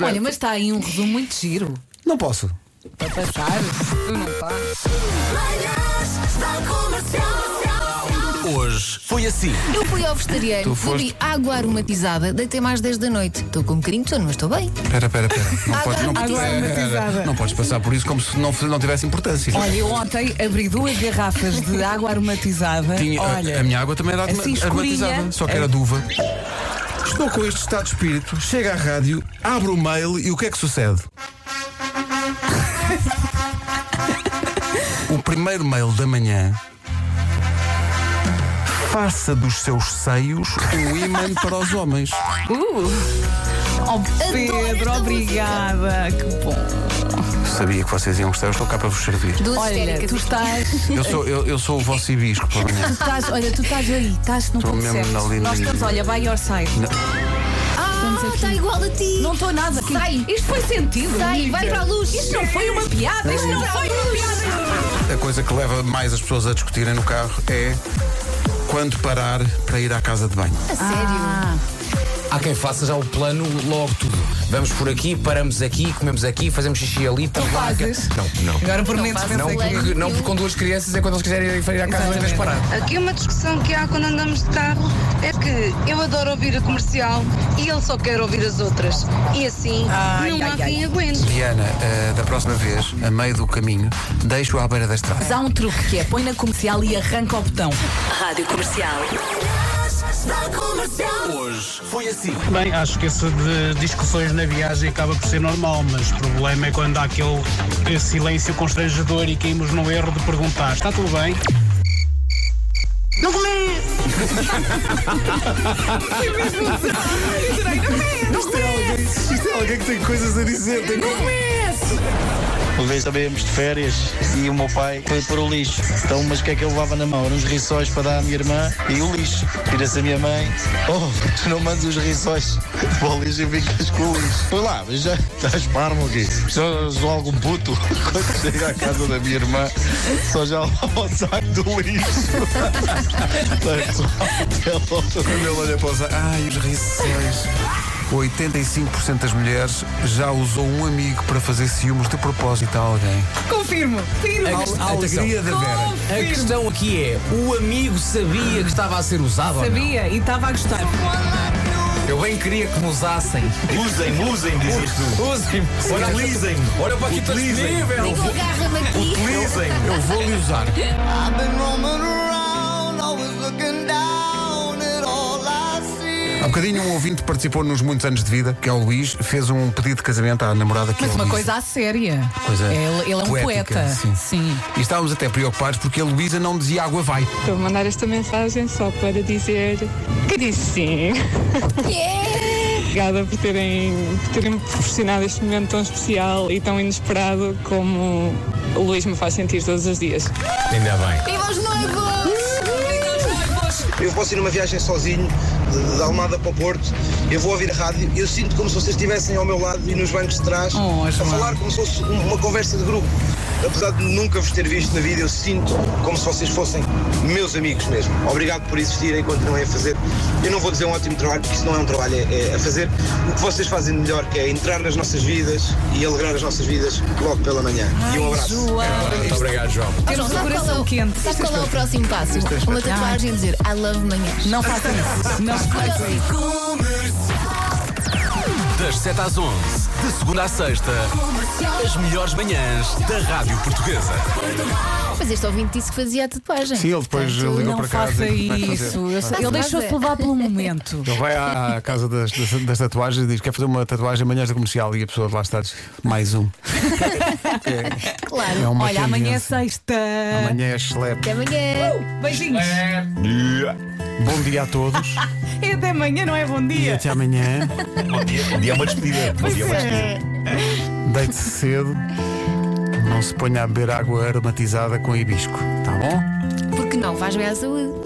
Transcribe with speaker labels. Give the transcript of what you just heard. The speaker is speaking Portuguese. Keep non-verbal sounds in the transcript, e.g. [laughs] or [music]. Speaker 1: Olha, mas está aí um resumo muito giro.
Speaker 2: Não posso.
Speaker 1: Para passar, tu não tá? passas.
Speaker 3: Manhãs da comercial.
Speaker 4: Hoje foi assim.
Speaker 5: Eu fui ao vegetariano, bebi água aromatizada, deitei mais 10 da noite. Estou com um bocadinho de sono, mas estou bem.
Speaker 4: Espera, espera, espera. Não,
Speaker 5: Ah,
Speaker 4: podes, não,
Speaker 5: agora
Speaker 4: espera,
Speaker 1: matizada.
Speaker 4: não podes passar por isso como se não, não tivesse importância.
Speaker 1: Olha, eu ontem abri duas garrafas de água aromatizada.
Speaker 4: Tinha- a-
Speaker 1: Olha,
Speaker 4: a, minha água também era
Speaker 1: assim,
Speaker 4: aroma-
Speaker 1: escurinha. É.
Speaker 4: aromatizada, só que era duva. Estou com este estado de espírito, chega à rádio, abro o mail e o que é que sucede? o primeiro mail da manhã. Faça dos seus seios um ímã para os homens.
Speaker 1: oh,
Speaker 5: Adoro esta
Speaker 1: Pedro,
Speaker 5: música.
Speaker 1: obrigada. Que bom.
Speaker 4: Sabia que vocês iam gostar, eu estou cá para vos servir.
Speaker 5: Duas
Speaker 1: Olha,
Speaker 5: histéricas.
Speaker 1: tu estás,
Speaker 4: Eu sou, eu, eu sou o vosso hibisco pela manhã.
Speaker 1: estás, olha, tu estás aí, estás no
Speaker 4: Estou
Speaker 1: ponto
Speaker 4: mesmo
Speaker 1: certo.
Speaker 4: ali no-
Speaker 1: Nós estamos, olha, by your side.
Speaker 5: Ah, está igual a ti.
Speaker 1: Não estou nada.
Speaker 5: Sai.
Speaker 1: Isto foi sentido.
Speaker 5: Sai,
Speaker 1: amiga.
Speaker 5: vai para a luz.
Speaker 1: Isto não foi uma piada, isto não foi uma piada.
Speaker 4: A coisa que leva mais as pessoas a discutirem no carro é quando parar para ir à casa de banho.
Speaker 5: A sério.
Speaker 6: Há quem faça já o plano logo tudo. Vamos por aqui, paramos aqui, comemos aqui, fazemos xixi ali, tu
Speaker 1: fazes?
Speaker 6: Não, não.
Speaker 1: Agora por menos
Speaker 6: Não
Speaker 1: pensei que...
Speaker 6: porque, não porque com duas crianças é quando eles quiserem ir à casa
Speaker 1: Exatamente.
Speaker 6: de parar.
Speaker 7: Aqui uma discussão que há quando andamos de carro é que eu adoro ouvir a comercial e ele só quer ouvir as outras. E assim
Speaker 1: Ai,
Speaker 7: não há
Speaker 1: ai,
Speaker 7: quem
Speaker 1: ai.
Speaker 7: aguente.
Speaker 4: Diana, eh, da próxima vez, a meio do caminho, deixo-o à beira da estrada.
Speaker 1: Mas há um truque que é põe na comercial e arranca o botão.
Speaker 8: Rádio Comercial.
Speaker 3: Manhãs da comercial.
Speaker 9: Bem, acho que essa de discussões na viagem acaba por ser normal, mas o problema é quando há aquele eh, silêncio constrangedor e caímos no erro de perguntar: está tudo bem?
Speaker 2: Isto é alguém que tem coisas a dizer. Tem...
Speaker 10: Uma vez estávamos de férias e o meu pai foi para o lixo. Então, mas o que é que eu levava na mão? Eram uns riçóis para dar à minha irmã e o lixo. Vira-se a minha mãe: Oh, tu não mandas os riçóis para o lixo e ficas com o lixo. Foi lá, mas já estás parmo aqui. Só sou algum puto. [laughs] Quando chego à casa da minha irmã, só já [laughs] levava o saco do lixo.
Speaker 4: Quando ele olha para os... Ai, os rições. 85% das mulheres já usou um amigo para fazer ciúmes de propósito a alguém.
Speaker 1: Confirmo. Tiro.
Speaker 6: É
Speaker 4: A
Speaker 6: Atenção.
Speaker 4: alegria da Vera.
Speaker 6: A questão aqui é: o amigo sabia que estava a ser usado ou não?
Speaker 1: Sabia e estava a gostar.
Speaker 6: Eu bem queria que me usassem.
Speaker 4: Usem, usem, dizes tu.
Speaker 6: Usem-me. Olha, olha para aqui, estou disponível.
Speaker 5: Digo, agarra-me aqui.
Speaker 4: Usem. Eu vou-lhe usar. Há bocadinho um ouvinte participou nos muitos anos de vida, que é o Luís, fez um pedido de casamento à namorada que é
Speaker 1: Mas
Speaker 4: ele
Speaker 1: uma
Speaker 4: disse.
Speaker 1: coisa à séria.
Speaker 4: Coisa
Speaker 1: ele, ele é um
Speaker 4: poética,
Speaker 1: poeta.
Speaker 4: sim. E estávamos até preocupados porque a Luísa não dizia água vai.
Speaker 11: Estou a mandar esta mensagem só para dizer que disse sim. Obrigada por terem, por terem me proporcionado este momento tão especial e tão inesperado como o Luís me faz sentir todos os dias.
Speaker 6: Ainda bem.
Speaker 5: Viva os noivos!
Speaker 10: [laughs] Eu posso ir numa viagem sozinho, de, de Almada para o Porto, eu vou ouvir a rádio e eu sinto como se vocês estivessem ao meu lado e nos bancos de trás,
Speaker 1: Oh,
Speaker 10: a
Speaker 1: João.
Speaker 10: falar como se fosse um- uma conversa de grupo. Apesar de nunca vos ter visto na vida, eu sinto como se vocês fossem meus amigos mesmo. Obrigado por existirem e continuem a fazer. Eu não vou dizer um ótimo trabalho, porque isso não é um trabalho, é, é a fazer o que vocês fazem de melhor, que é entrar nas nossas vidas e alegrar as nossas vidas logo pela manhã. e um abraço.
Speaker 6: Muito obrigado, João.
Speaker 1: Temos o
Speaker 5: Sabe qual é
Speaker 1: coração
Speaker 5: o-
Speaker 1: quente.
Speaker 5: Sabe qual é o próximo passo? Uma tatuagem a dizer I love manhãs.
Speaker 1: Não faça isso. Não faça isso.
Speaker 4: Das 7 às 11, de segunda à sexta, as melhores manhãs da Rádio Portuguesa.
Speaker 5: Mas este ouvinte disse que fazia a tatuagem.
Speaker 2: Sim, ele depois
Speaker 5: Portanto,
Speaker 2: ligou
Speaker 1: Não
Speaker 2: para casa.
Speaker 1: faça
Speaker 2: e vai fazer.
Speaker 1: isso. Eu sei-
Speaker 5: Vai
Speaker 1: Ele
Speaker 5: fazer.
Speaker 1: deixou-se levar pelo momento.
Speaker 2: Ele vai à casa das, das, das tatuagens e diz: Quer fazer uma tatuagem amanhã da comercial? E a pessoa de lá está diz: Mais um.
Speaker 5: Claro.
Speaker 2: É uma
Speaker 1: Olha, amanhã é
Speaker 2: tendência.
Speaker 1: sexta.
Speaker 2: Amanhã é schlep.
Speaker 5: Até amanhã.
Speaker 1: Beijinhos.
Speaker 2: Bom dia a
Speaker 1: [laughs]
Speaker 2: todos
Speaker 1: E até amanhã, não é bom
Speaker 2: e
Speaker 1: dia?
Speaker 2: até amanhã.
Speaker 4: Dia é uma despedida.
Speaker 1: é.
Speaker 2: Deite-se cedo. Não se ponha a beber água aromatizada com hibisco, tá bom?
Speaker 1: Uh!
Speaker 5: Porque não faz bem à saúde.